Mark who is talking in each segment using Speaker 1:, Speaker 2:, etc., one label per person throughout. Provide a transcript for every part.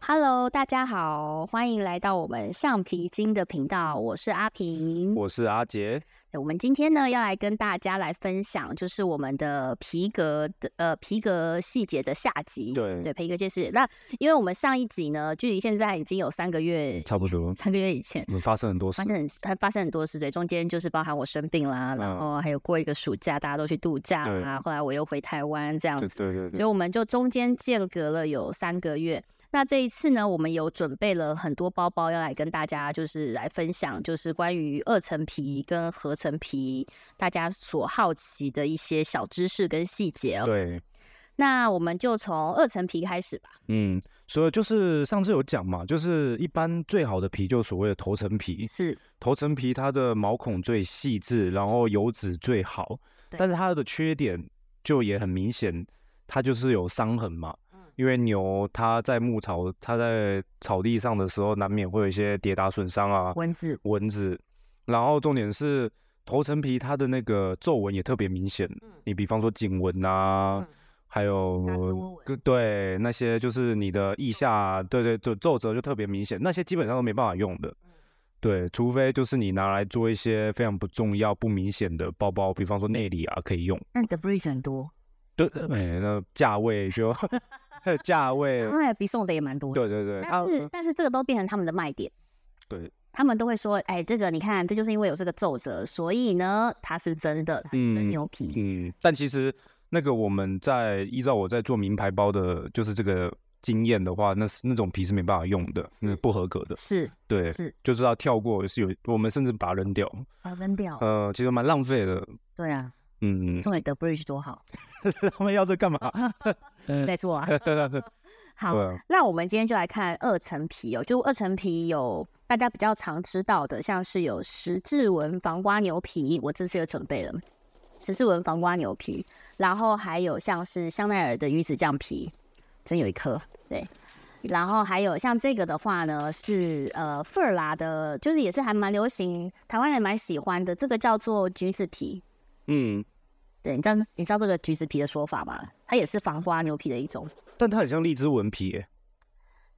Speaker 1: Hello，大家好，欢迎来到我们橡皮筋的频道，我是阿平。
Speaker 2: 我是阿杰，
Speaker 1: 对我们今天呢，要来跟大家来分享，就是我们的皮革的呃皮革细节的下集。
Speaker 2: 对
Speaker 1: 对，皮革界是那，因为我们上一集呢，距离现在已经有三个月，，
Speaker 2: 差不多
Speaker 1: 三个月以前。
Speaker 2: 我们发生很多事
Speaker 1: 发，生很还发生很多事，对，中间就是包含我生病啦，然
Speaker 2: 嗯
Speaker 1: 后还有过一个暑假，大家都去度假
Speaker 2: 对
Speaker 1: 啦，后来我又回台湾这样
Speaker 2: 对
Speaker 1: 子，
Speaker 2: 对
Speaker 1: 所
Speaker 2: 对对
Speaker 1: 以我们就中间间隔了有三个月。那这一次呢，我们有准备了很多包包要来跟大家就是来分享，就是关于二层皮跟合成皮大家所好奇的一些小知识跟细节哦。
Speaker 2: 对，
Speaker 1: 那我们就从二层皮开始吧。
Speaker 2: 嗯，所以就是上次有讲嘛，就是一般最好的皮就是所谓的头层皮，
Speaker 1: 是
Speaker 2: 头层皮它的毛孔最细致，然后油脂最好，
Speaker 1: 对
Speaker 2: 但是它的缺点就也很明显，它就是有伤痕嘛
Speaker 1: 嗯。
Speaker 2: 因为牛它在牧草，它在草地上的时候，难免会有一些跌打损伤啊，
Speaker 1: 文字，
Speaker 2: 蚊子，然后重点是头层皮它的那个皱纹也特别明显。
Speaker 1: 嗯
Speaker 2: 你比方说颈纹啊，
Speaker 1: 嗯
Speaker 2: 还
Speaker 1: 打字
Speaker 2: 有
Speaker 1: 窝纹
Speaker 2: 跟对那些就是你的腋下啊，对对，就皱褶就特别明显，那些基本上都没办法用的。
Speaker 1: 嗯
Speaker 2: 对，除非就是你拿来做一些非常不重要、不明显的包包，比方说内里啊可以用。
Speaker 1: 那 debris 很多，
Speaker 2: 对，
Speaker 1: 嗯
Speaker 2: 哎，那价位就 价位，
Speaker 1: 当然比送的也蛮多的。
Speaker 2: 对对对，啊
Speaker 1: 但，是、但是这个都变成他们的卖点。
Speaker 2: 对，
Speaker 1: 他们都会说，哎，这个你看，这就是因为有这个皱褶，所以呢，它是真的，它是真
Speaker 2: 嗯
Speaker 1: 牛皮。
Speaker 2: 嗯，但其实那个我们在依照我在做名牌包的，就是这个经验的话，那是那种皮是没办法用的，
Speaker 1: 是
Speaker 2: 是不合格的。
Speaker 1: 是
Speaker 2: 对，
Speaker 1: 是，
Speaker 2: 就是要跳过，是有我们甚至把它扔掉，
Speaker 1: 把它扔掉。
Speaker 2: 呃，其实蛮浪费的。
Speaker 1: 对啊，
Speaker 2: 嗯，
Speaker 1: 送给 The Bridge 多好，
Speaker 2: 他们要这干嘛？
Speaker 1: 没错啊。
Speaker 2: 嗯 对
Speaker 1: 好，
Speaker 2: 啊，
Speaker 1: 那我们今天就来看二层皮哦，就二层皮有大家比较常知道的，像是有十字纹防刮牛皮，我这次有准备了十字纹防刮牛皮，然后还有像是香奈儿的鱼子酱皮，真有一颗对。然后还有像这个的话呢，是呃费尔拉的，就是也是还蛮流行，台湾人蛮喜欢的。这个叫做橘子皮，
Speaker 2: 嗯，
Speaker 1: 对，你知道你知道这个橘子皮的说法吗？它也是防刮牛皮的一种。
Speaker 2: 但它很像荔枝纹皮耶，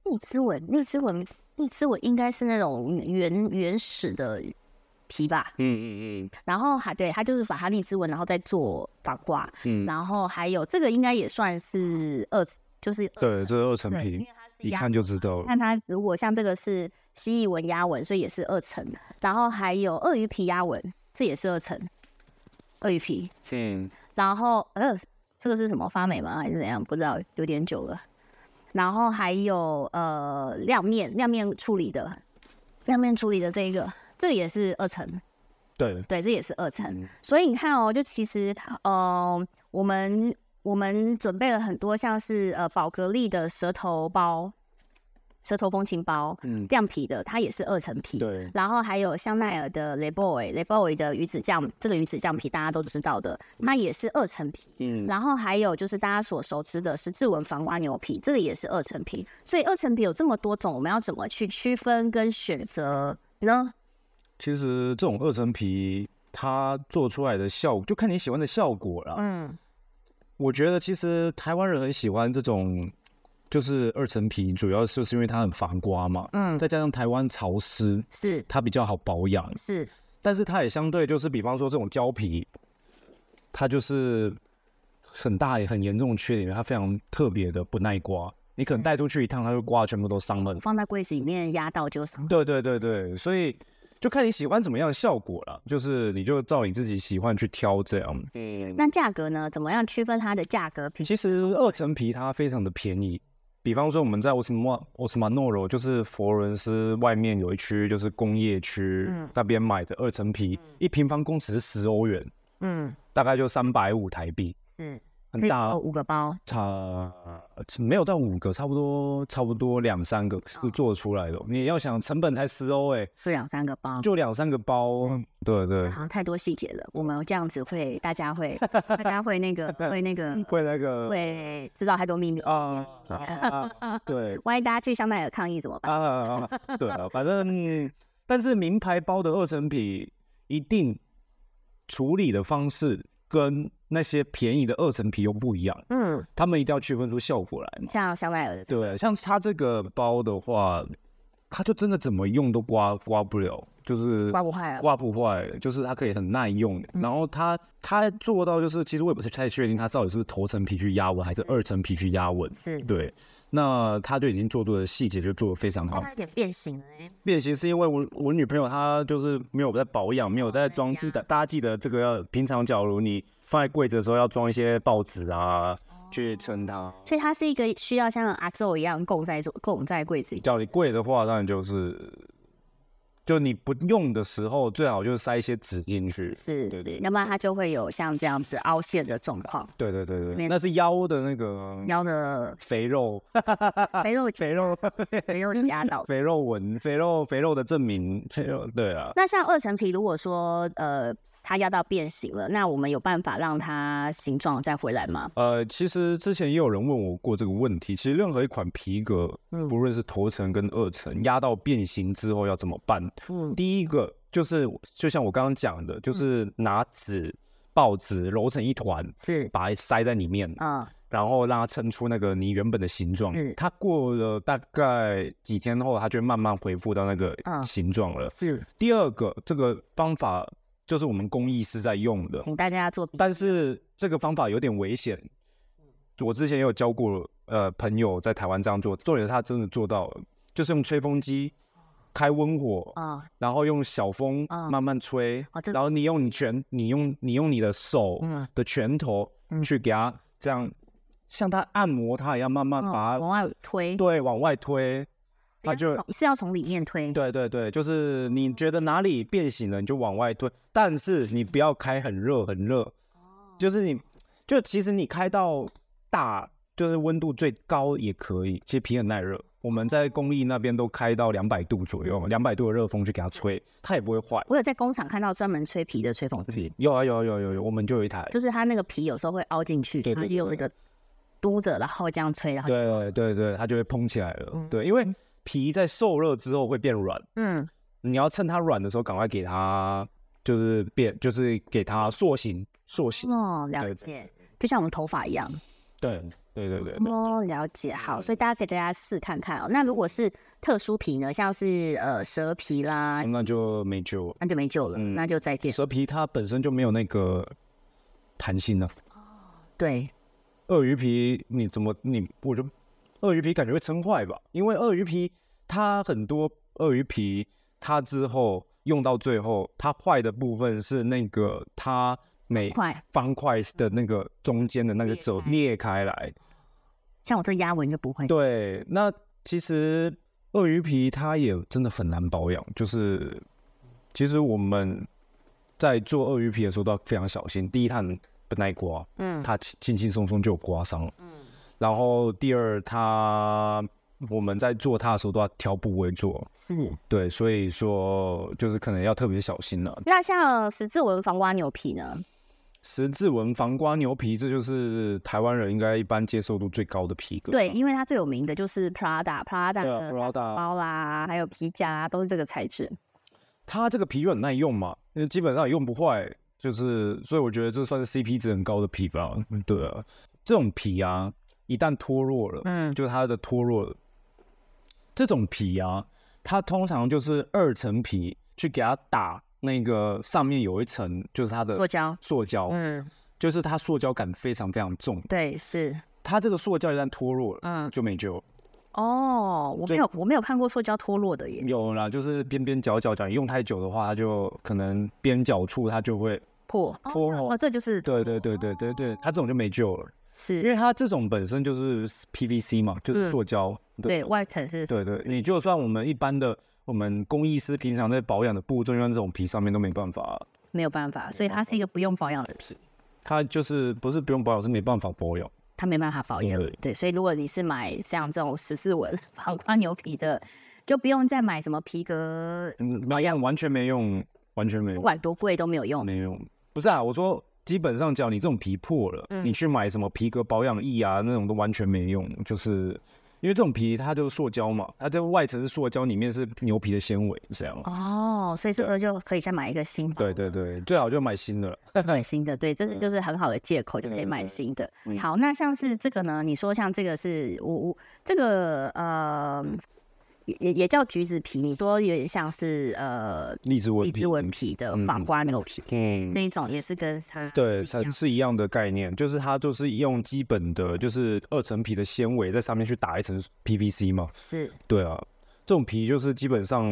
Speaker 1: 荔枝纹，荔枝纹，荔枝纹应该是那种原原始的皮吧。
Speaker 2: 嗯嗯
Speaker 1: 然后还对，它就是把它荔枝纹，然后再做防刮。
Speaker 2: 嗯嗯，
Speaker 1: 然后还有这个应该也算是二，就是二
Speaker 2: 对，这是二层
Speaker 1: 层对，因
Speaker 2: 皮
Speaker 1: 为，它是
Speaker 2: 一
Speaker 1: 压
Speaker 2: 看就知道了。
Speaker 1: 看它如果像这个是蜥蜴纹压纹，所以也是二层。然后还有鳄鱼皮压纹，这也是二层，鳄鱼皮。
Speaker 2: 嗯，
Speaker 1: 然后呃，这个是什么发霉吗？还是怎样？不知道，有点久了。然后还有呃亮面亮面处理的，亮面处理的这一个，这个也是二层，
Speaker 2: 对，
Speaker 1: 对，这也是二层。
Speaker 2: 嗯
Speaker 1: 所以你看哦，就其实呃，我们我们准备了很多像是呃宝格丽的舌头包、舌头风情包，
Speaker 2: 嗯，
Speaker 1: 亮皮的，它也是二层皮。
Speaker 2: 对，
Speaker 1: 然后还有香奈儿的 Le Boy，Le Boy 的鱼子酱，这个鱼子酱皮大家都知道的，它也是二层皮。
Speaker 2: 嗯
Speaker 1: 然后还有就是大家所熟知的十字纹防刮牛皮，这个也是二层皮。所以二层皮有这么多种，我们要怎么去区分跟选择呢？
Speaker 2: 其实这种二层皮，它做出来的效果，就看你喜欢的效果啦。
Speaker 1: 嗯，
Speaker 2: 我觉得其实台湾人很喜欢这种，就是二层皮，主要就是因为它很防刮嘛，
Speaker 1: 嗯
Speaker 2: 再加上台湾潮湿，
Speaker 1: 是
Speaker 2: 它比较好保养，
Speaker 1: 是，
Speaker 2: 但是它也相对就是，比方说这种胶皮，它就是很大也很严重的缺点，它非常特别的不耐刮，你可能带出去一趟，它就刮得全部都伤痕
Speaker 1: 我。放在柜子里面压到就伤。
Speaker 2: 对对对对，所以就看你喜欢怎么样的效果了，就是你就照你自己喜欢去挑这样。嗯，
Speaker 1: 那价格呢？怎么样区分它的价格？比
Speaker 2: 其实二层皮它非常的便宜，比方说我们在奥斯曼奥斯曼诺罗，就是佛罗伦斯外面有一区就是工业区，
Speaker 1: 嗯
Speaker 2: 那边买的二层皮，一平方公尺是十欧元，
Speaker 1: 嗯
Speaker 2: 大概就三百五台币，
Speaker 1: 是
Speaker 2: 很
Speaker 1: 可以哦
Speaker 2: 大哦
Speaker 1: 做五个包，
Speaker 2: 差没有到五个，差不多差不多两三
Speaker 1: 哦
Speaker 2: 个是做出来的。你要想成本才十欧哎，
Speaker 1: 是两三个包。
Speaker 2: 就两三个包，
Speaker 1: 嗯
Speaker 2: 对对
Speaker 1: 好像太多细节了，我们这样子会大家会大家会那 个会那个
Speaker 2: 会那个
Speaker 1: 会知道太多秘密。
Speaker 2: 啊啊啊对
Speaker 1: 万一大家去香奈儿抗议怎么办？
Speaker 2: 啊，对啊，反正但是名牌包的二成品一定处理的方式跟那些便宜的二层皮又不一样，
Speaker 1: 嗯，
Speaker 2: 他们一定要区分出效果来嘛。
Speaker 1: 像香奈儿的，
Speaker 2: 对，像它这个包的话，它就真的怎么用都刮刮不了，就是
Speaker 1: 刮不嗯坏了
Speaker 2: 刮不坏，就是它可以很耐用。然后它它做到就是，其实我也不是太确定它到底是不是头层皮去压纹，还是二层皮去压纹。
Speaker 1: 是，
Speaker 2: 对，那它就已经做出的细节就做的非常
Speaker 1: 但
Speaker 2: 好。
Speaker 1: 它有点变形了欸
Speaker 2: 变形是因为我我女朋友她就是没有在保养，没有在装置的。大家记得这个要平常，假如你放在柜子的时候要装一些报纸啊，去撑它。
Speaker 1: 所以它是一个需要像阿宙一样供在供在柜子里。
Speaker 2: 叫你贵的话，当然就是，就你不用的时候，最好就是塞一些纸进去。
Speaker 1: 是，
Speaker 2: 对对
Speaker 1: 要不然它就会有像这样子凹陷的状况。
Speaker 2: 对对对
Speaker 1: 这
Speaker 2: 对，
Speaker 1: 边
Speaker 2: 那是腰的那个
Speaker 1: 腰的
Speaker 2: 肥肉，啊
Speaker 1: 肥肉肥肉肥肉压倒。
Speaker 2: 肥肉纹，肥肉肥肉的证明，肥肉对啊，
Speaker 1: 那像二层皮，如果说呃它压到变形了，那我们有办法让它形状再回来吗？
Speaker 2: 呃，其实之前也有人问我过这个问题。其实任何一款皮革，
Speaker 1: 嗯
Speaker 2: 不论是头层跟二层，压到变形之后要怎么办？
Speaker 1: 嗯，
Speaker 2: 第一个就是，就像我刚刚讲的，就是拿纸、报纸揉成一团，
Speaker 1: 是，
Speaker 2: 把它塞在里面，
Speaker 1: 嗯，
Speaker 2: 然后让它撑出那个你原本的形状
Speaker 1: 是。
Speaker 2: 它过了大概几天后，它就会慢慢恢复到那个
Speaker 1: 嗯
Speaker 2: 形状了。
Speaker 1: 是，
Speaker 2: 第二个，这个方法就是我们工艺师在用的，
Speaker 1: 请大家做笔
Speaker 2: 但是这个方法有点危险。我之前也有教过呃朋友在台湾这样做，重点是他真的做到了，就是用吹风机开温火，
Speaker 1: 啊，
Speaker 2: 然后用小风
Speaker 1: 啊
Speaker 2: 慢慢吹，
Speaker 1: 哦这个
Speaker 2: 然后你用你拳，你用你用你的手
Speaker 1: 嗯
Speaker 2: 的拳头
Speaker 1: 嗯
Speaker 2: 去给它这样，像它按摩它一样，慢慢
Speaker 1: 嗯
Speaker 2: 把它、
Speaker 1: 往外推，
Speaker 2: 对往外
Speaker 1: 所
Speaker 2: 推，
Speaker 1: 以
Speaker 2: 它哦就
Speaker 1: 从是要从里面推，
Speaker 2: 对对对，就是你觉得哪里变形了，你就往外推，但是你不要开很热很热，就是你就其实你开到大，就是温度最高也可以，其实皮很耐热。我们在工艺那边都开到两百度左右，两百度的热风去给它吹，它也不会坏。
Speaker 1: 我有在工厂看到专门吹皮的吹风机，
Speaker 2: 有啊有啊有啊有啊有啊，我们就有一台。
Speaker 1: 就是它那个皮有时候会凹进去，
Speaker 2: 对对
Speaker 1: 它就
Speaker 2: 对
Speaker 1: 用那
Speaker 2: 对
Speaker 1: 个嘟着，然后这样吹，然后
Speaker 2: 对对对，它就会蓬起来了。对，因为皮在受热之后会变软，
Speaker 1: 嗯，
Speaker 2: 你要趁它软的时候赶快给它，就是变，就是给它塑形，塑形。
Speaker 1: 哦，
Speaker 2: 对
Speaker 1: 了
Speaker 2: 对
Speaker 1: 解，就像我们头发一样。
Speaker 2: 对对对对对，嗯
Speaker 1: 哦，了解，好，所以大家可以大家试看看哦。那如果是特殊皮呢，像是呃蛇皮啦，
Speaker 2: 嗯那就没救了。
Speaker 1: 那就没救了，
Speaker 2: 嗯
Speaker 1: 那就再见。
Speaker 2: 蛇皮它本身就没有那个弹性了，
Speaker 1: 对，
Speaker 2: 鳄鱼皮你怎么你我就鳄鱼皮感觉会撑坏吧？因为鳄鱼皮它很多鳄鱼皮它之后用到最后，它坏的部分是那个它每
Speaker 1: 快，
Speaker 2: 方块的那个中间的那个轴裂开来。
Speaker 1: 像我这压纹就不会。
Speaker 2: 对，那其实鳄鱼皮它也真的很难保养，就是其实我们在做鳄鱼皮的时候都要非常小心。第一，它很不耐刮，
Speaker 1: 嗯
Speaker 2: 它轻轻轻松松就有刮伤了。
Speaker 1: 嗯，
Speaker 2: 然后第二，它我们在做它的时候都要挑部位做，
Speaker 1: 是。
Speaker 2: 对，所以说就是可能要特别小心了。
Speaker 1: 那像十字纹防刮牛皮呢？
Speaker 2: 十字纹防刮牛皮，这就是台湾人应该一般接受度最高的皮革。
Speaker 1: 对，因为它最有名的就是 Prada，Prada
Speaker 2: 嗯对啊
Speaker 1: 的
Speaker 2: ，Prada
Speaker 1: 包啦，还有皮夹啊，都是这个材质。
Speaker 2: 它这个皮就很耐用嘛，因为基本上也用不坏，就是所以我觉得这算是 CP 值很高的皮吧。对啊，这种皮啊，一旦脱落了，
Speaker 1: 嗯
Speaker 2: 就它的脱落了，这种皮啊，它通常就是二层皮去给它打那个上面有一层就是它的
Speaker 1: 塑胶
Speaker 2: 塑胶，
Speaker 1: 嗯，
Speaker 2: 就是它塑胶感非常非常重，
Speaker 1: 对，是，
Speaker 2: 它这个塑胶一旦脱落了，
Speaker 1: 嗯，
Speaker 2: 就没救了。
Speaker 1: 哦，我没
Speaker 2: 最
Speaker 1: 有，我没有看过塑胶脱落的耶，
Speaker 2: 有啦，就是边边角角讲，用太久的话，它就可能边角处它就会
Speaker 1: 破
Speaker 2: 脱
Speaker 1: 哦
Speaker 2: 落
Speaker 1: 哦，这就是
Speaker 2: 对对对对对对，它这种就没救了，因
Speaker 1: 是，
Speaker 2: 为它这种本身就是 PVC 嘛，就是
Speaker 1: 嗯
Speaker 2: 塑胶。对
Speaker 1: 对外层是
Speaker 2: 对对，你就算我们一般的我们工艺师平常在保养的布，就用这种皮上面都没办法，
Speaker 1: 没有办法，所以它是一个不用保养的皮，
Speaker 2: 它就是不是不用保养，是没办法保养。
Speaker 1: 它没办法保养
Speaker 2: 对。
Speaker 1: 对，所以如果你是买像这种十字纹防 刮牛皮的，就不用再买什么皮革，
Speaker 2: 嗯，没用，完全没用，完全没
Speaker 1: 不
Speaker 2: 用，
Speaker 1: 管多贵都没有用。
Speaker 2: 没用。不是啊，我说基本上
Speaker 1: 嗯
Speaker 2: 讲你这种皮破了，你去买什么皮革保养液啊那种都完全没用，就是因为这种皮它就是塑胶嘛，它这外层是塑胶，里面是牛皮的纤维，是这样。
Speaker 1: 哦，所以这个就可以再买一个新包，
Speaker 2: 对对对，最好就买新的了。
Speaker 1: 买新的，对，这
Speaker 2: 嗯
Speaker 1: 是就是很好的借口，就可以买新的。好，那像是这个呢？你说像这个是我我这个呃，也也也叫橘子皮，你说有点像是呃
Speaker 2: 荔枝
Speaker 1: 荔
Speaker 2: 纹皮
Speaker 1: 枝，纹皮的仿瓜牛皮
Speaker 2: 嗯，
Speaker 1: 这一种，也是跟它是
Speaker 2: 对，
Speaker 1: 一
Speaker 2: 它
Speaker 1: 样
Speaker 2: 是一样的概念，就是它就是用基本的就是二层皮的纤维在上面去打一层 PVC 嘛。
Speaker 1: 是
Speaker 2: 对啊，这种皮就是基本上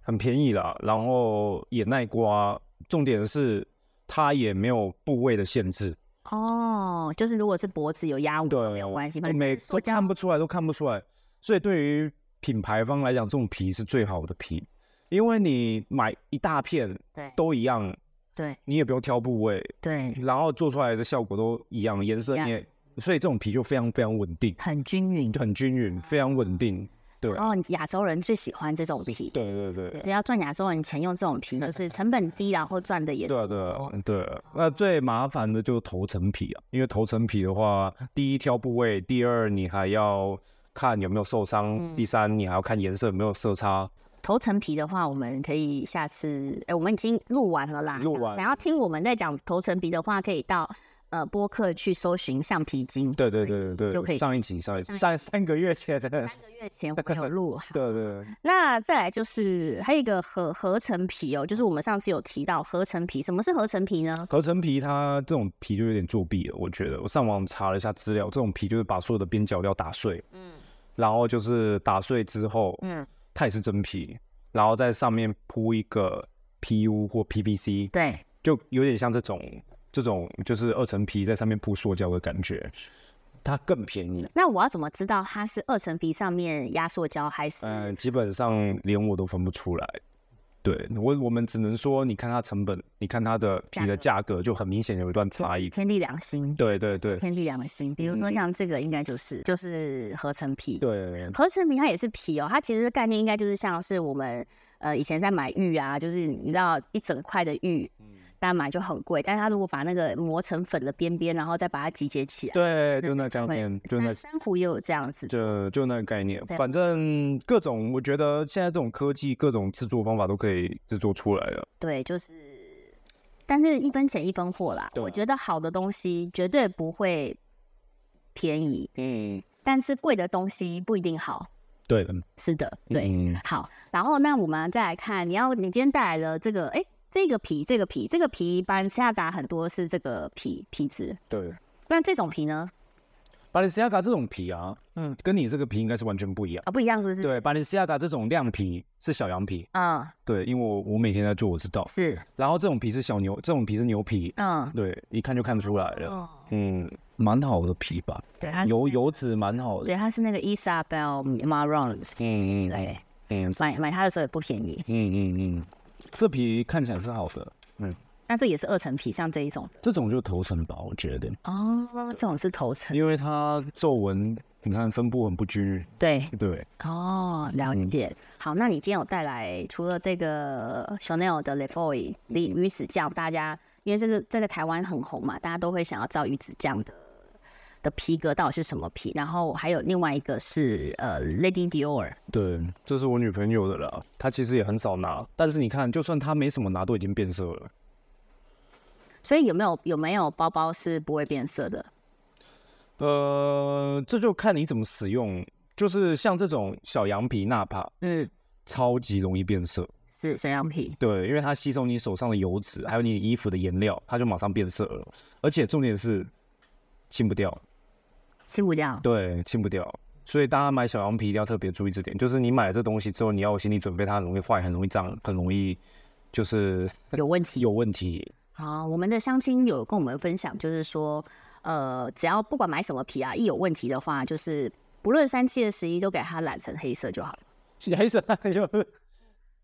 Speaker 2: 很便宜啦，然后也耐刮，重点是它也没有部位的限制。
Speaker 1: 哦，就是如果是脖子有压纹
Speaker 2: 对，
Speaker 1: 都没有关系，反正
Speaker 2: 每
Speaker 1: 就是塑
Speaker 2: 都
Speaker 1: 胶
Speaker 2: 看不出来，都看不出来。所以对于品牌方来讲，这种皮是最好的皮，因为你买一大片
Speaker 1: 对
Speaker 2: 都一样，
Speaker 1: 对
Speaker 2: 你也不用挑部位，
Speaker 1: 对，
Speaker 2: 然后做出来的效果都一样，颜色
Speaker 1: 一样
Speaker 2: 也，所以这种皮就非常非常稳定，
Speaker 1: 很均匀。
Speaker 2: 很均匀，非常稳定。对
Speaker 1: 然后亚洲人最喜欢这种皮，
Speaker 2: 对对对
Speaker 1: 哦对，要赚亚洲人钱用这种皮，就是成本低，然后赚的也
Speaker 2: 对啊，对啊，
Speaker 1: 哦
Speaker 2: 对啊。那最麻烦的就是头层皮啊，因为头层皮的话，第一挑部位，第二你还要看有没有受伤，
Speaker 1: 嗯
Speaker 2: 第三你还要看颜色有没有色差。
Speaker 1: 头层皮的话，我们可以下次，哎、我们已经录完了啦。
Speaker 2: 录完
Speaker 1: 想要听我们在讲头层皮的话，可以到呃播客去搜寻橡皮筋。
Speaker 2: 对对对对对，
Speaker 1: 就可以
Speaker 2: 上一集上一
Speaker 1: 上
Speaker 2: 集
Speaker 1: 一
Speaker 2: 上三个月前的，
Speaker 1: 三个月前我们有录。
Speaker 2: 对对
Speaker 1: 那再来就是还有一个合合成皮哦，就是我们上次有提到合成皮，什么是合成皮呢？
Speaker 2: 合成皮它这种皮就有点作弊了，我觉得。我上网查了一下资料，这种皮就是把所有的边角料打碎，
Speaker 1: 嗯
Speaker 2: 然后就是打碎之后，
Speaker 1: 嗯，
Speaker 2: 它也是真皮，然后在上面铺一个 PU 或 PVC，
Speaker 1: 对，
Speaker 2: 就有点像这种这种就是二层皮在上面铺塑胶的感觉，它更便宜。
Speaker 1: 那我要怎么知道它是二层皮上面压塑胶还是？
Speaker 2: 嗯、基本上连我都分不出来。对我，我们只能说，你看它成本，你看它的皮的价格，就很明显有一段差异。
Speaker 1: 天地良心，
Speaker 2: 对对对嗯
Speaker 1: 天地良心。比如说像这个，应该就是、就是合成皮，
Speaker 2: 对
Speaker 1: 合成皮它也是皮哦，它其实概念应该就是像是我们呃以前在买玉啊，就是你知道一整块的玉，
Speaker 2: 嗯
Speaker 1: 大家买就很贵，但是它如果把那个磨成粉的边边，然后再把它集结起来，
Speaker 2: 对，就那概念，就那
Speaker 1: 珊珊瑚也有这样子，
Speaker 2: 就就那个概念
Speaker 1: 对。
Speaker 2: 反正各种，我觉得现在这种科技，各种制作方法都可以制作出来了。
Speaker 1: 对，就是，但是一分钱一分货啦，
Speaker 2: 对啊
Speaker 1: 我觉得好的东西绝对不会便宜，
Speaker 2: 嗯，
Speaker 1: 但是贵的东西不一定好，
Speaker 2: 对，
Speaker 1: 是的，对，
Speaker 2: 嗯
Speaker 1: 好，然后那我们再来看，你要你今天带来了这个，哎，这个皮，这个皮，这个皮，班下达很多是这个皮皮质，
Speaker 2: 对。
Speaker 1: 那这种皮呢？
Speaker 2: 巴黎西亚卡这种皮啊，嗯，跟你这个皮应该是完全不一样。
Speaker 1: 啊、不一样是不是？，
Speaker 2: 对，巴黎西亚卡这种亮皮是小羊皮，
Speaker 1: 嗯，
Speaker 2: 对，因为我我每天在做，我知道。
Speaker 1: 是，
Speaker 2: 然后这种皮是小牛，这种皮是牛皮，
Speaker 1: 嗯，
Speaker 2: 对，一看就看出来了。
Speaker 1: 哦，
Speaker 2: 嗯，蛮好的皮吧，
Speaker 1: 对，它
Speaker 2: 油油脂蛮好的。
Speaker 1: 对，它是那个 Isabel Marons，
Speaker 2: 嗯嗯
Speaker 1: 对，
Speaker 2: 嗯
Speaker 1: 买买它的时候也不便宜，
Speaker 2: 嗯嗯嗯，这皮看起来是好的。嗯，
Speaker 1: 那这也是二层皮，像这一种，
Speaker 2: 这种就头层吧，我觉得，
Speaker 1: 哦，这种是头层，
Speaker 2: 因为它皱纹你看分布很不均匀。
Speaker 1: 对，
Speaker 2: 对，
Speaker 1: 哦，了解。好，那你今天有带来除了这个 Chanel 的 l e f o y 李鱼子酱，大家因为这个这在台湾很红嘛，大家都会想要知道鱼子酱的的皮革到底是什么皮。然后还有另外一个是呃 Lady Dior，
Speaker 2: 对，这是我女朋友的啦，她其实也很少拿，但是你看，就算她没什么拿，都已经变色了。
Speaker 1: 所以有没有有没有包包是不会变色的？
Speaker 2: 呃，这就看你怎么使用，就是像这种小羊皮纳帕，
Speaker 1: 嗯，
Speaker 2: 超级容易变色。
Speaker 1: 是沈阳皮。
Speaker 2: 对，因为它吸收你手上的油脂，还有你衣服的颜料，它就马上变色了。而且重点是清不掉，
Speaker 1: 吃不掉，
Speaker 2: 对，清不掉。所以大家买小羊皮一定要特别注意这点，就是你买了这东西之后，你要有心理准备，它很容易坏，很容易脏，很容易就是
Speaker 1: 有问题。
Speaker 2: 有问题。
Speaker 1: 好，我们的相亲有跟我们分享，就是说，呃，只要不管买什么皮啊，一有问题的话，就是不论三七二十一，都给它染成黑色就好了。
Speaker 2: 黑色那个就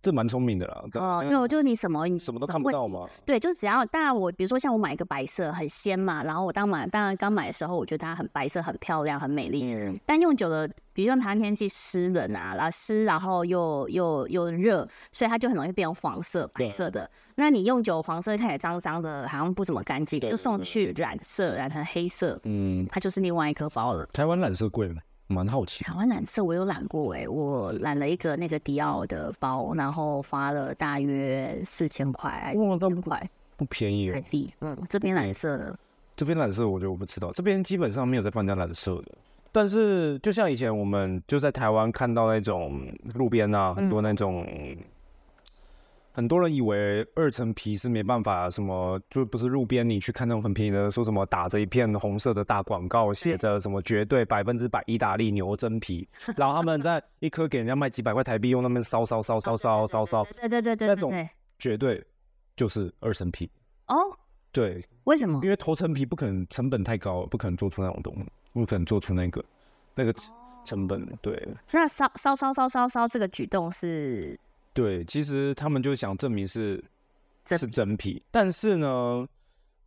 Speaker 2: 这蛮聪明的啦，
Speaker 1: 哦、就就你什么你
Speaker 2: 嗯什么都看不到
Speaker 1: 问题。
Speaker 2: 嘛。
Speaker 1: 对，就只要当然我比如说像我买一个白色很鲜嘛，然后我当买当然刚买的时候，我觉得它很白色很漂亮很美丽，
Speaker 2: 嗯，
Speaker 1: 但用久了，比如说台湾天气湿冷啊，然后湿，然后又又又热，所以它就很容易变成黄色、白
Speaker 2: 对
Speaker 1: 色的。那你用久了黄色看起来脏脏的，好像不怎么干净，
Speaker 2: 对
Speaker 1: 就
Speaker 2: 对
Speaker 1: 送
Speaker 2: 对
Speaker 1: 去染色，染成黑色，
Speaker 2: 嗯，
Speaker 1: 它就是另外一颗包了。
Speaker 2: 台湾染色贵吗？蛮好奇。
Speaker 1: 台湾染色我有染过诶、我染了一个那个迪奥的包，然后花了大约四千块，
Speaker 2: 哇，那
Speaker 1: 五块
Speaker 2: 哦不便宜
Speaker 1: 台
Speaker 2: 哦。
Speaker 1: 币。嗯，这边染色的，
Speaker 2: 这边染色，我觉得我不知道，这边基本上没有在帮人家染色的。但是就像以前我们就在台湾看到那种路边啊，很多那种、很多人以为二层皮是没办法什么，就不是路边你去看那种很便宜的，说什么打着一片红色的大广告，写着什么绝对百分之百意大利牛真 皮，然后他们在一颗给人家卖几百块台币，用那边烧烧烧烧烧烧烧，
Speaker 1: 对对对对
Speaker 2: 那
Speaker 1: 对
Speaker 2: 种
Speaker 1: 对。
Speaker 2: 绝对就是二层皮。
Speaker 1: 哦，
Speaker 2: 对，
Speaker 1: 为什么？
Speaker 2: 因为头层皮不可能成本太高了，不可能做出那种东西，不可能做出那个那个
Speaker 1: 哦
Speaker 2: 成本。对
Speaker 1: 那烧烧烧烧烧烧这个举动是
Speaker 2: 对，其实他们就想证明是
Speaker 1: 真
Speaker 2: 是真皮，但是呢，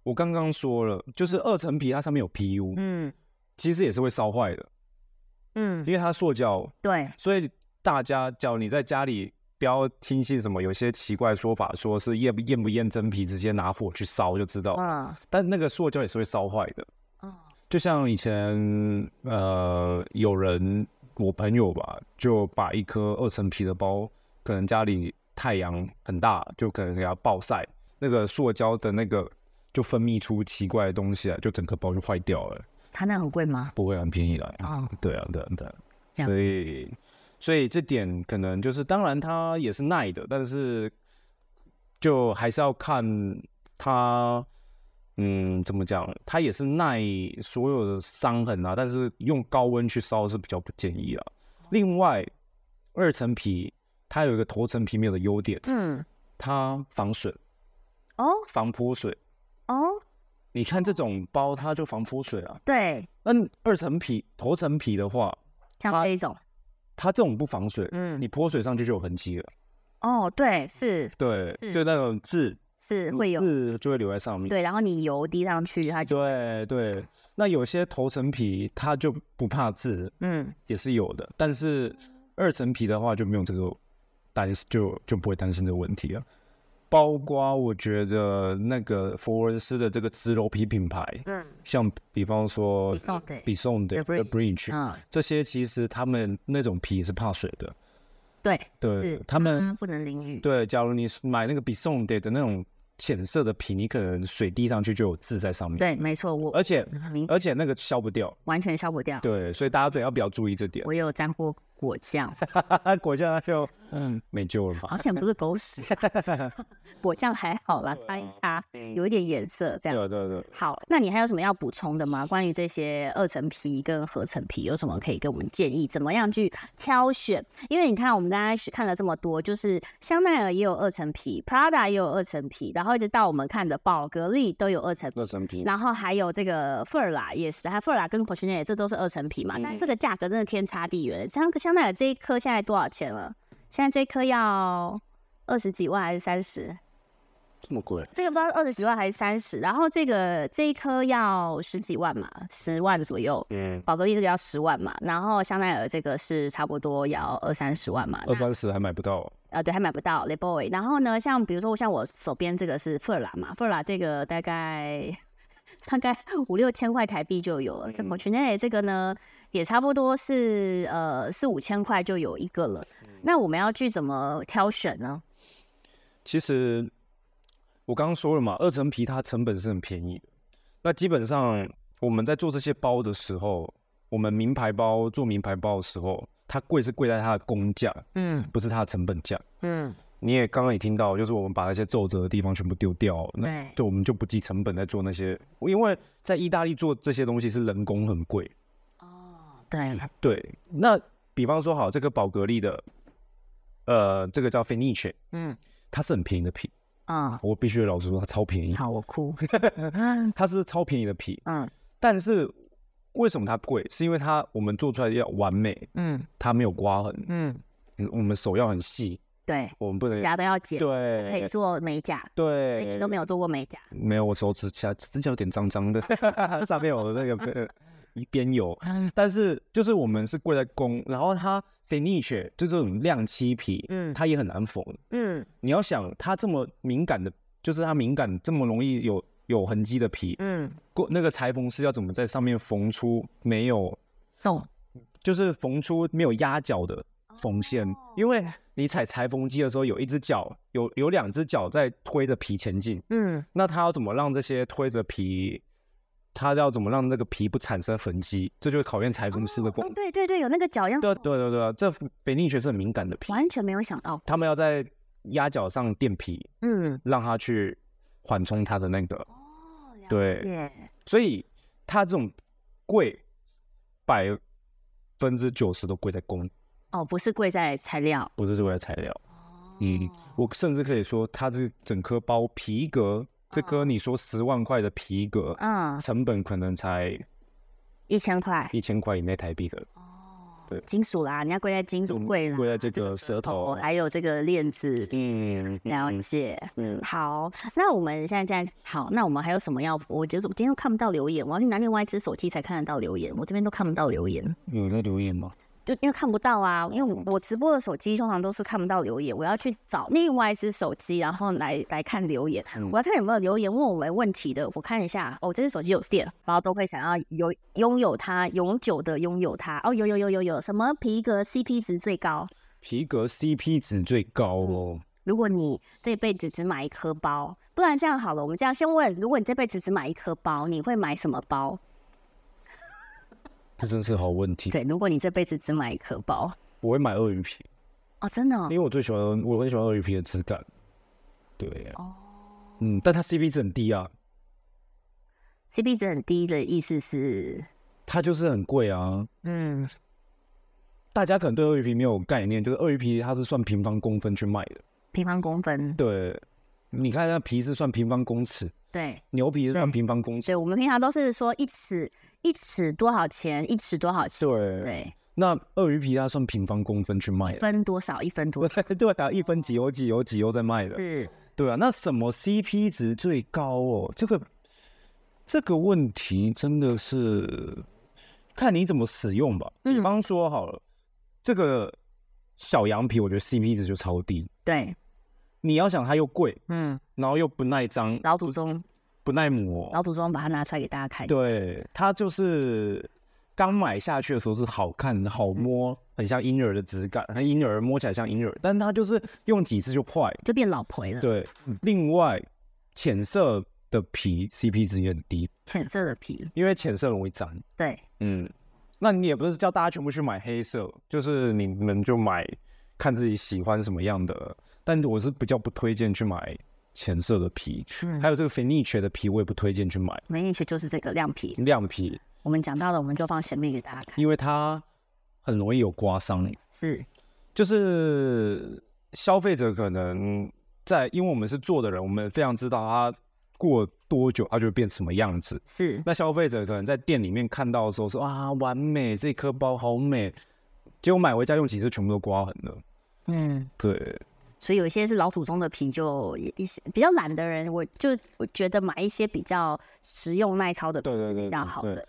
Speaker 2: 我刚刚说了，就是二层皮它上面有 PU，、
Speaker 1: 嗯
Speaker 2: 其实也是会烧坏的，
Speaker 1: 嗯，
Speaker 2: 因为它塑胶，
Speaker 1: 对，
Speaker 2: 所以大家叫你在家里。不要听信什么有些奇怪说法，说是验不验不验真皮，直接拿火去烧就知道。
Speaker 1: 嗯
Speaker 2: 但那个塑胶也是会烧坏的。
Speaker 1: 嗯
Speaker 2: 就像以前呃，有人我朋友吧，就把一颗二层皮的包，可能家里太阳很大，就可能给它暴晒，那个塑胶的那个就分泌出奇怪的东西来，就整个包就坏掉了，
Speaker 1: 它那很贵吗？
Speaker 2: 不会很便宜的。
Speaker 1: 哦，
Speaker 2: 对啊，对啊，对啊，
Speaker 1: 了
Speaker 2: 所以所以这点可能就是，当然它也是耐的，但是就还是要看它，嗯，怎么讲？它也是耐所有的伤痕啊，但是用高温去烧是比较不建议啊。另外，二层皮它有一个头层皮没有的优点，
Speaker 1: 嗯，
Speaker 2: 它防水、
Speaker 1: 哦
Speaker 2: 防泼水。
Speaker 1: 哦，
Speaker 2: 你看这种包，它就防泼水啊。
Speaker 1: 对，
Speaker 2: 那二层皮、头层皮的话，
Speaker 1: 像
Speaker 2: 它
Speaker 1: 这一种，
Speaker 2: 它这种不防水，
Speaker 1: 嗯
Speaker 2: 你泼水上去就有痕迹了。
Speaker 1: 哦，对，是
Speaker 2: 对，
Speaker 1: 是
Speaker 2: 就那种痣
Speaker 1: 是会有，
Speaker 2: 痣就会留在上面。
Speaker 1: 对，然后你油滴上去，它就
Speaker 2: 对对，那有些头层皮它就不怕痣，
Speaker 1: 嗯
Speaker 2: 也是有的。但是二层皮的话就没有这个担心，就就不会担心这个问题了。包括我觉得那个佛罗伦斯的这个植鞣皮品牌，
Speaker 1: 嗯
Speaker 2: 像比方说
Speaker 1: Bisonte
Speaker 2: 比送
Speaker 1: The
Speaker 2: 的 The
Speaker 1: Bridge
Speaker 2: Bridge，
Speaker 1: 嗯，
Speaker 2: 这些其实他们那种皮是怕水的。
Speaker 1: 对，
Speaker 2: 对
Speaker 1: 是，
Speaker 2: 他们
Speaker 1: 它不能淋雨，
Speaker 2: 对，假如你是买那个比送的的那种浅色的皮，你可能水滴上去就有痣在上面，
Speaker 1: 对，没错，我
Speaker 2: 而且
Speaker 1: 很明
Speaker 2: 而且那个消不掉。
Speaker 1: 完全消不掉，
Speaker 2: 对，所以大家对要比较注意这点。
Speaker 1: 我有沾过果酱，
Speaker 2: 果酱它就嗯没救了吧？
Speaker 1: 好险不是狗屎 啊，果酱还好啦，擦一擦，有一点颜色这样。
Speaker 2: 对对对，
Speaker 1: 好，那你还有什么要补充的吗？关于这些二层皮跟合成皮，有什么可以给我们建议？怎么样去挑选？因为你看，我们刚刚看了这么多，就是香奈儿也有二层皮，Prada 也有二层皮，然后一直到我们看的宝格丽都有二层皮
Speaker 2: 热。成皮。
Speaker 1: 然后还有这个 Furla 也是，还有 Furla 跟 c o s h i n e 这都是二层皮嘛，但这个价格真的天差地远。香香奈儿这一颗现在多少钱了？现在这一颗要二十几万还是三十？
Speaker 2: 这么贵？
Speaker 1: 这个不知道二十几万还是三十，然后这个这一颗要十几万嘛，十万左右。
Speaker 2: 嗯，
Speaker 1: 宝格丽这个要十万嘛，然后香奈儿这个是差不多要二三十万嘛，
Speaker 2: 二三十还买不到。
Speaker 1: 呃对，还买不到 Le Boy。然后呢，像比如说像我手边这个是 Furla 嘛，Furla 这个大概大概五六千块台币就有了。这 c o c h i n e 这个呢，也差不多是呃四五千块就有一个了。那我们要去怎么挑选呢？
Speaker 2: 其实我刚刚说了嘛，二层皮它成本是很便宜的。那基本上我们在做这些包的时候，我们名牌包做名牌包的时候，它贵是贵在它的工价，
Speaker 1: 嗯
Speaker 2: 不是它的成本价。
Speaker 1: 嗯，
Speaker 2: 你也刚刚也听到，就是我们把那些皱褶的地方全部丢掉，那
Speaker 1: 对
Speaker 2: 就我们就不计成本在做那些，因为在意大利做这些东西是人工很贵。
Speaker 1: 哦对，
Speaker 2: 对，那比方说好这个宝格丽的，呃，这个叫 Fenice，
Speaker 1: 嗯
Speaker 2: 它是很便宜的皮，
Speaker 1: 啊。
Speaker 2: 我必须老实说，它超便宜，
Speaker 1: 好，我哭。
Speaker 2: 它是超便宜的皮，
Speaker 1: 嗯
Speaker 2: 但是为什么它贵？是因为它我们做出来要完美，
Speaker 1: 嗯
Speaker 2: 它没有刮痕，
Speaker 1: 嗯，
Speaker 2: 我们手要很细，
Speaker 1: 对，
Speaker 2: 我们不能
Speaker 1: 指甲都要剪，可以
Speaker 2: 对
Speaker 1: 做美甲，所以你
Speaker 2: 对
Speaker 1: 都没有做过美甲。
Speaker 2: 没有，我手指甲指甲有点脏脏的， 上面有那个呃一边有，但是就是我们是跪在工，然后它 finish 就这种亮漆皮，
Speaker 1: 嗯
Speaker 2: 它也很难缝。
Speaker 1: 嗯
Speaker 2: 你要想它这么敏感的，就是它敏感这么容易有有痕迹的皮，
Speaker 1: 嗯，
Speaker 2: 过那个裁缝师要怎么在上面缝出没有
Speaker 1: 懂。
Speaker 2: 就是缝出没有压脚的缝
Speaker 1: 哦
Speaker 2: 线，因为你踩裁缝机的时候，有一只脚有有两只脚在推着皮前进，
Speaker 1: 嗯
Speaker 2: 那他要怎么让这些推着皮，他要怎么让那个皮不产生痕迹，这就是考验裁缝师的功
Speaker 1: 哦，。对对对，有那个脚印，
Speaker 2: 对对啊对对，这北定学是很敏感的皮，
Speaker 1: 完全没有想到，
Speaker 2: 他们要在压脚上垫皮，
Speaker 1: 嗯，
Speaker 2: 让它去缓冲它的那个，
Speaker 1: 哦，了
Speaker 2: 对
Speaker 1: 解，
Speaker 2: 所以它这种贵百分之九十都贵在工，
Speaker 1: 哦，不是贵在材料，
Speaker 2: 不是贵在材料。嗯
Speaker 1: 哦，
Speaker 2: 我甚至可以说，它这整颗包皮革，这颗你说十万块的皮革，
Speaker 1: 哦嗯，
Speaker 2: 成本可能才
Speaker 1: 一千块，哦
Speaker 2: 一千块以内台币的，对
Speaker 1: 金属啦，人家贵在金
Speaker 2: 我
Speaker 1: 属
Speaker 2: 们
Speaker 1: 贵啦，
Speaker 2: 贵在这
Speaker 1: 个
Speaker 2: 个舌
Speaker 1: 头
Speaker 2: 头
Speaker 1: 还有这个链子，
Speaker 2: 嗯，
Speaker 1: 了解。
Speaker 2: 嗯，
Speaker 1: 好，那我们现在在好，那我们还有什么要？我觉得我今天都看不到留言，我要去拿另外一只手机才看得到留言，我这边都看不到留言，
Speaker 2: 有在留言吗？
Speaker 1: 就因为看不到啊，因为我我直播的手机通常都是看不到留言，我要去找另外一只手机，然后来来看留言，
Speaker 2: 嗯
Speaker 1: 我要看有没有留言问我们问题的，我看一下，哦，这只手机有电，然后都会想要有拥有它，永久的拥有它，哦，有有有有有，什么皮革 CP 值最高？
Speaker 2: 皮革 CP 值最高哦，
Speaker 1: 如果你这辈子只买一颗包，不然这样好了，我们这样先问：如果你这辈子只买一颗包，你会买什么包？
Speaker 2: 这真是好问题。
Speaker 1: 对，如果你这辈子只买一颗包，
Speaker 2: 我会买鳄鱼皮，
Speaker 1: 哦，真的哦
Speaker 2: 因，为我最喜欢，我很喜欢鳄鱼皮的质感。对，
Speaker 1: 哦
Speaker 2: 嗯，但它 CP 值很低啊，
Speaker 1: ，CP 值很低的意思是，
Speaker 2: 它就是很贵啊。
Speaker 1: 嗯，
Speaker 2: 大家可能对鳄鱼皮没有概念，就是鳄鱼皮它是算平方公分去卖的。
Speaker 1: 平方公分，
Speaker 2: 对，你看那皮是算平方公尺，
Speaker 1: 对，
Speaker 2: 牛皮是算
Speaker 1: 对
Speaker 2: 平方公尺。
Speaker 1: 所以我们平常都是说一尺一尺多少钱，一尺多少钱，
Speaker 2: 对，
Speaker 1: 对，
Speaker 2: 那鳄鱼皮它算平方公分去卖的。
Speaker 1: 分多少，一分多少
Speaker 2: 对啊，一分几欧几欧几欧在卖的。
Speaker 1: 是，
Speaker 2: 对啊，那什么 CP 值最高哦？这个这个问题真的是看你怎么使用吧。比
Speaker 1: 嗯
Speaker 2: 方说好了，这个小羊皮，我觉得 CP 值就超低。
Speaker 1: 对，
Speaker 2: 你要想它又贵，
Speaker 1: 嗯，
Speaker 2: 然后又不耐脏、
Speaker 1: 老祖宗，
Speaker 2: 不耐磨，
Speaker 1: 老祖宗把它拿出来给大家看，
Speaker 2: 对，它就是刚买下去的时候是好看、好摸，很像婴儿的质感，它婴儿摸起来像婴儿，但它就是用几次就坏。
Speaker 1: 就变老婆了，
Speaker 2: 对，另外浅色的皮 CP 值也很低，
Speaker 1: 浅色的皮，
Speaker 2: 因为浅色容易脏。
Speaker 1: 对，
Speaker 2: 嗯，那你也不是叫大家全部去买黑色，就是你们就买看自己喜欢什么样的，但我是比较不推荐去买浅色的皮，
Speaker 1: 嗯
Speaker 2: 还有这个 f i n i c h 的皮我也不推荐去买
Speaker 1: 没进去就是这个亮皮，
Speaker 2: 亮皮，
Speaker 1: 我们讲到了，我们就放前面给大家看。
Speaker 2: 因为它很容易有刮伤。
Speaker 1: 是，
Speaker 2: 就是消费者可能在，因为我们是做的人，我们非常知道它过多久它就会变什么样子。
Speaker 1: 是，
Speaker 2: 那消费者可能在店里面看到的时候说啊，完美，这颗包好美，结果买回家用几次全部都刮痕了。
Speaker 1: 嗯，
Speaker 2: 对，
Speaker 1: 所以有一些是老祖宗的皮，就也一些比较懒的人，我就我觉得买一些比较实用耐操的皮
Speaker 2: 对对
Speaker 1: 是
Speaker 2: 对
Speaker 1: 比较
Speaker 2: 对
Speaker 1: 好
Speaker 2: 对
Speaker 1: 的。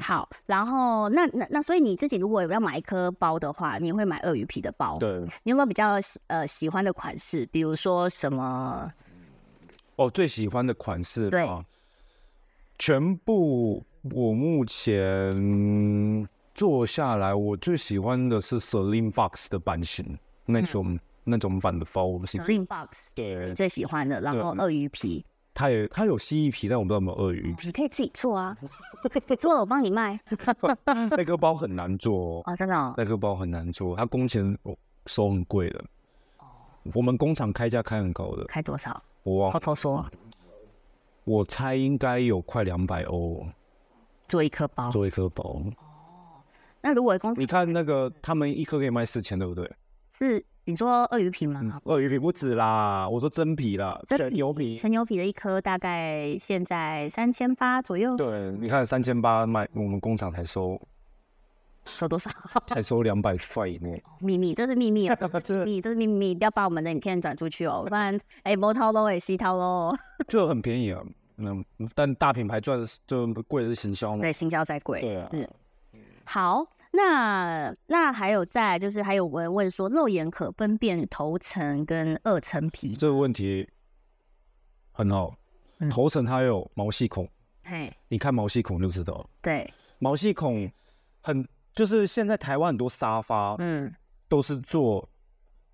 Speaker 1: 好，然后那那那，所以你自己如果要买一颗包的话，你会买鳄鱼皮的包？
Speaker 2: 对，
Speaker 1: 你有没有比较喜呃喜欢的款式？比如说什么？
Speaker 2: 哦，最喜欢的款式
Speaker 1: 对
Speaker 2: 啊，全部我目前做下来，我最喜欢的是 Celine Box 的版型，那种、那种版的包，我们是
Speaker 1: Green Box
Speaker 2: 对
Speaker 1: 你最喜欢的，然后
Speaker 2: 嗯
Speaker 1: 鳄鱼皮，
Speaker 2: 它也它有蜥蜴皮，但我不知道有没有鳄鱼皮。
Speaker 1: 你可以自己做啊，做了我帮你卖
Speaker 2: 那个包很难做、哦，
Speaker 1: 哦，真的、哦。
Speaker 2: 那个包很难做，它工钱哦收很贵的。我们工厂开价开很高的，
Speaker 1: 开多少？
Speaker 2: 我忘
Speaker 1: 偷偷说，
Speaker 2: 我猜应该有快两百欧
Speaker 1: 做一颗包。
Speaker 2: 做一颗包。
Speaker 1: 那如果公
Speaker 2: 你看那个他们一颗可以卖四千，对不对？
Speaker 1: 是你说鳄鱼皮吗？
Speaker 2: 鳄鱼皮不止啦，我说真皮啦，
Speaker 1: 真
Speaker 2: 全牛皮。
Speaker 1: 全牛皮的一颗大概现在三千八左右，
Speaker 2: 对，你看三千八卖，我们工厂才收
Speaker 1: 收多少？
Speaker 2: 才收两百块以内。
Speaker 1: 秘密，这是秘 密哦，
Speaker 2: 这
Speaker 1: 秘密，这是秘密，不要把我们的影片转出去哦，不然哎，摸掏喽，哎，西掏喽，
Speaker 2: 就很便宜啊。嗯，但大品牌赚的是就贵的是行销嘛。
Speaker 1: 对，新交再贵，
Speaker 2: 嗯对啊
Speaker 1: 是。好，那那还有再就是还有我们问说，肉眼可分辨头层跟二层皮，
Speaker 2: 这个问题很好
Speaker 1: 嗯。
Speaker 2: 头层它有毛细孔，
Speaker 1: 嘿，
Speaker 2: 你看毛细孔就知道了。
Speaker 1: 对，
Speaker 2: 毛细孔很就是现在台湾很多沙发
Speaker 1: 嗯
Speaker 2: 都是做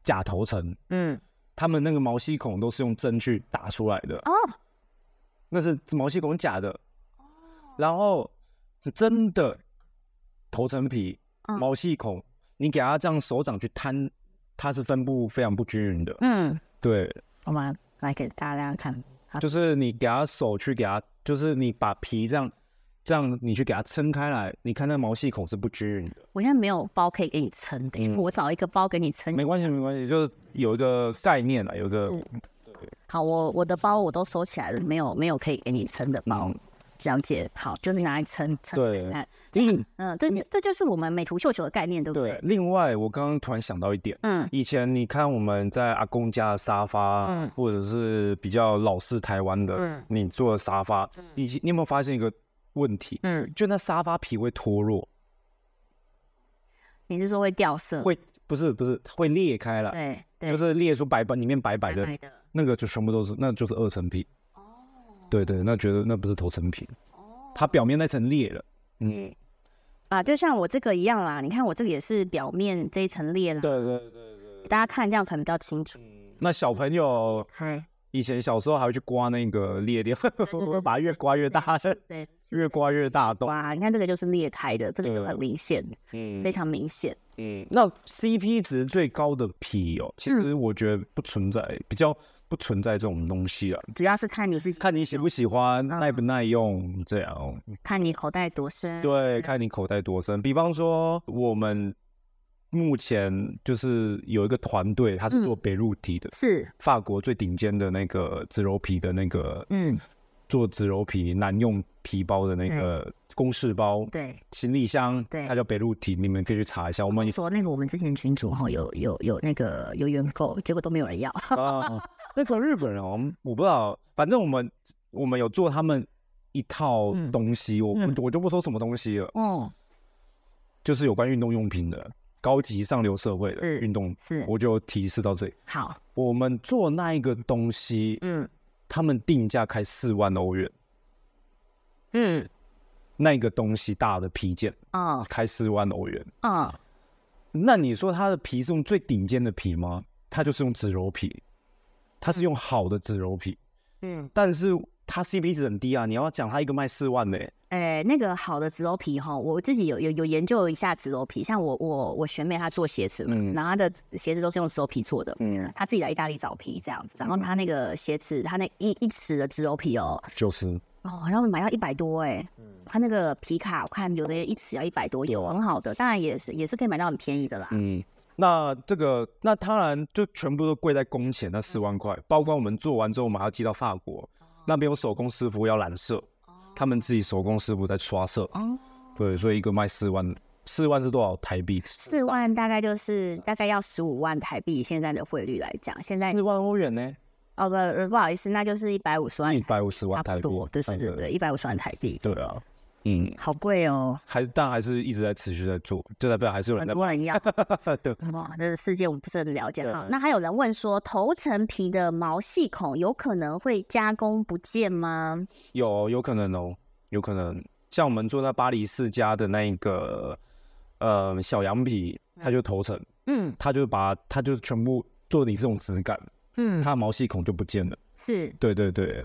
Speaker 2: 假头层，
Speaker 1: 嗯，
Speaker 2: 他们那个毛细孔都是用针去打出来的，
Speaker 1: 哦，
Speaker 2: 那是毛细孔假的。然后真的头层皮、
Speaker 1: 嗯
Speaker 2: 毛细孔，你给它这样手掌去摊，它是分布非常不均匀的。
Speaker 1: 嗯，
Speaker 2: 对，
Speaker 1: 我们来给大家看，好
Speaker 2: 就是你给它手去给它，就是你把皮这样这样你去给它撑开来，你看那毛细孔是不均匀的。
Speaker 1: 我现在没有包可以给你撑的，
Speaker 2: 嗯
Speaker 1: 我找一个包给你撑。
Speaker 2: 没关系，没关系，就是有一个概念啊，有一个
Speaker 1: 是好，我我的包我都收起来了，没有没有可以给你撑的包。
Speaker 2: 嗯
Speaker 1: 了解，好，就是拿来撑撑
Speaker 2: 对
Speaker 1: 看看。
Speaker 2: 另
Speaker 1: 嗯，这这就是我们美图秀秀的概念，对不
Speaker 2: 对
Speaker 1: 对？。
Speaker 2: 另外，我刚刚突然想到一点，
Speaker 1: 嗯
Speaker 2: 以前你看我们在阿公家的沙发，
Speaker 1: 嗯
Speaker 2: 或者是比较老式台湾的，
Speaker 1: 嗯
Speaker 2: 你坐的沙发，你你有没有发现一个问题？
Speaker 1: 嗯，
Speaker 2: 就那沙发皮会脱落，
Speaker 1: 你是说会掉色？
Speaker 2: 会不是不是会裂开了，
Speaker 1: 对嗯对，
Speaker 2: 就是裂出白白里面白白的，
Speaker 1: 白的。哦
Speaker 2: 那个就全部都是，那就是二层皮。对对，那觉得那不是头层皮，它表面那层裂了。嗯，
Speaker 1: 啊，就像我这个一样啦，你看我这个也是表面这一层裂啦，
Speaker 2: 对对对对。哦
Speaker 1: 大家看这样可能比较清楚。
Speaker 2: 那小朋友
Speaker 1: 看，
Speaker 2: 以前小时候还会去刮那个裂掉，
Speaker 1: 对
Speaker 2: 把它越刮越大，
Speaker 1: 对，
Speaker 2: 越刮越大洞。
Speaker 1: 哇，你看这个就是裂开的，这个就
Speaker 2: 对
Speaker 1: 很明显，
Speaker 2: 嗯
Speaker 1: 非常明显。
Speaker 2: 嗯，那 CP 值最高的皮哦，其实我觉得不存在，比较不存在这种东西啊。
Speaker 1: 主要是看你自己，
Speaker 2: 看你喜不喜欢，耐不耐用，这样哦。
Speaker 1: 看你口袋多深。
Speaker 2: 对，看你口袋多深。比方说，我们目前就是有一个团队，他是做北入体的，
Speaker 1: 是，
Speaker 2: 法国最顶尖的那个植鞣皮的那个
Speaker 1: 嗯，
Speaker 2: 做植鞣皮男用皮包的那个公式包，
Speaker 1: 对。
Speaker 2: 行李箱，
Speaker 1: 对
Speaker 2: 它叫北入体，你们可以去查一下。我们
Speaker 1: 你说那个我们之前群主哈有有有那个有原购，结果都没有人要。
Speaker 2: 啊，那个日本人哦，我不知道，反正我们我们有做他们一套
Speaker 1: 嗯
Speaker 2: 东西，我
Speaker 1: 嗯
Speaker 2: 不我就不说什么东西了，
Speaker 1: 哦，
Speaker 2: 就是有关运动用品的，高级上流社会的
Speaker 1: 是
Speaker 2: 运动，
Speaker 1: 是
Speaker 2: 我就提示到这里。
Speaker 1: 好，
Speaker 2: 我们做那一个东西，
Speaker 1: 嗯
Speaker 2: 他们定价开四万欧元，
Speaker 1: 嗯，
Speaker 2: 那个东西大的皮件
Speaker 1: 哦
Speaker 2: 开四万欧元，
Speaker 1: 哦，
Speaker 2: 那你说它的皮是用最顶尖的皮吗？它就是用植鞣皮，它是用好的植鞣皮，
Speaker 1: 嗯，
Speaker 2: 但是它 CP 值很低啊！你要讲它一个卖四万呢、
Speaker 1: 哎，那个好的植鞣皮哈，我自己有有有研究一下植鞣皮，像我我我学妹她做鞋子嘛，
Speaker 2: 嗯
Speaker 1: 然后她的鞋子都是用植鞣皮做的，
Speaker 2: 嗯，
Speaker 1: 她自己来意大利找皮这样子，然后她那个鞋子，她那一一尺的植鞣皮哦，
Speaker 2: 就是
Speaker 1: 哦，好像买要一百多哎、
Speaker 2: 嗯
Speaker 1: 它那个皮卡我看有的一尺要一百多，
Speaker 2: 啊
Speaker 1: 有很好的，当然也是也是可以买到很便宜的啦。
Speaker 2: 嗯，那这个那当然就全部都贵在工钱那
Speaker 1: 嗯
Speaker 2: 四万块，包括我们做完之后，我们还要寄到法国
Speaker 1: 哦
Speaker 2: 那边有手工师傅要染色，他们自己手工师傅在刷色，
Speaker 1: 哦，
Speaker 2: 对，所以一个卖四万，四万是多少台币？四
Speaker 1: 四万大概就是
Speaker 2: 啊
Speaker 1: 大概要十五万台币，现在的汇率来讲，现在
Speaker 2: 万欧元呢？
Speaker 1: 哦不呃不好意思，那就是一百五十万
Speaker 2: 一百五十万
Speaker 1: 差
Speaker 2: 台
Speaker 1: 不
Speaker 2: 币
Speaker 1: 多，，对对对对，一百五十万台币，
Speaker 2: 对啊，嗯，
Speaker 1: 好贵 哦，
Speaker 2: 还但还是一直在持续在做，就代表还是有人
Speaker 1: 很
Speaker 2: 在
Speaker 1: 多人要。
Speaker 2: 卖，对，
Speaker 1: 哇，这个世界我们不是很了解
Speaker 2: 对
Speaker 1: 哈。那还有人问说，头层皮的毛细孔有可能会加工不见吗？
Speaker 2: 有有可能哦，有可能。像我们做那巴黎世家的那一个，呃，小羊皮，它就头层，
Speaker 1: 嗯
Speaker 2: 它就把它就全部做你这种质感，
Speaker 1: 嗯，
Speaker 2: 它的毛细孔就不见了。
Speaker 1: 是
Speaker 2: 对对对，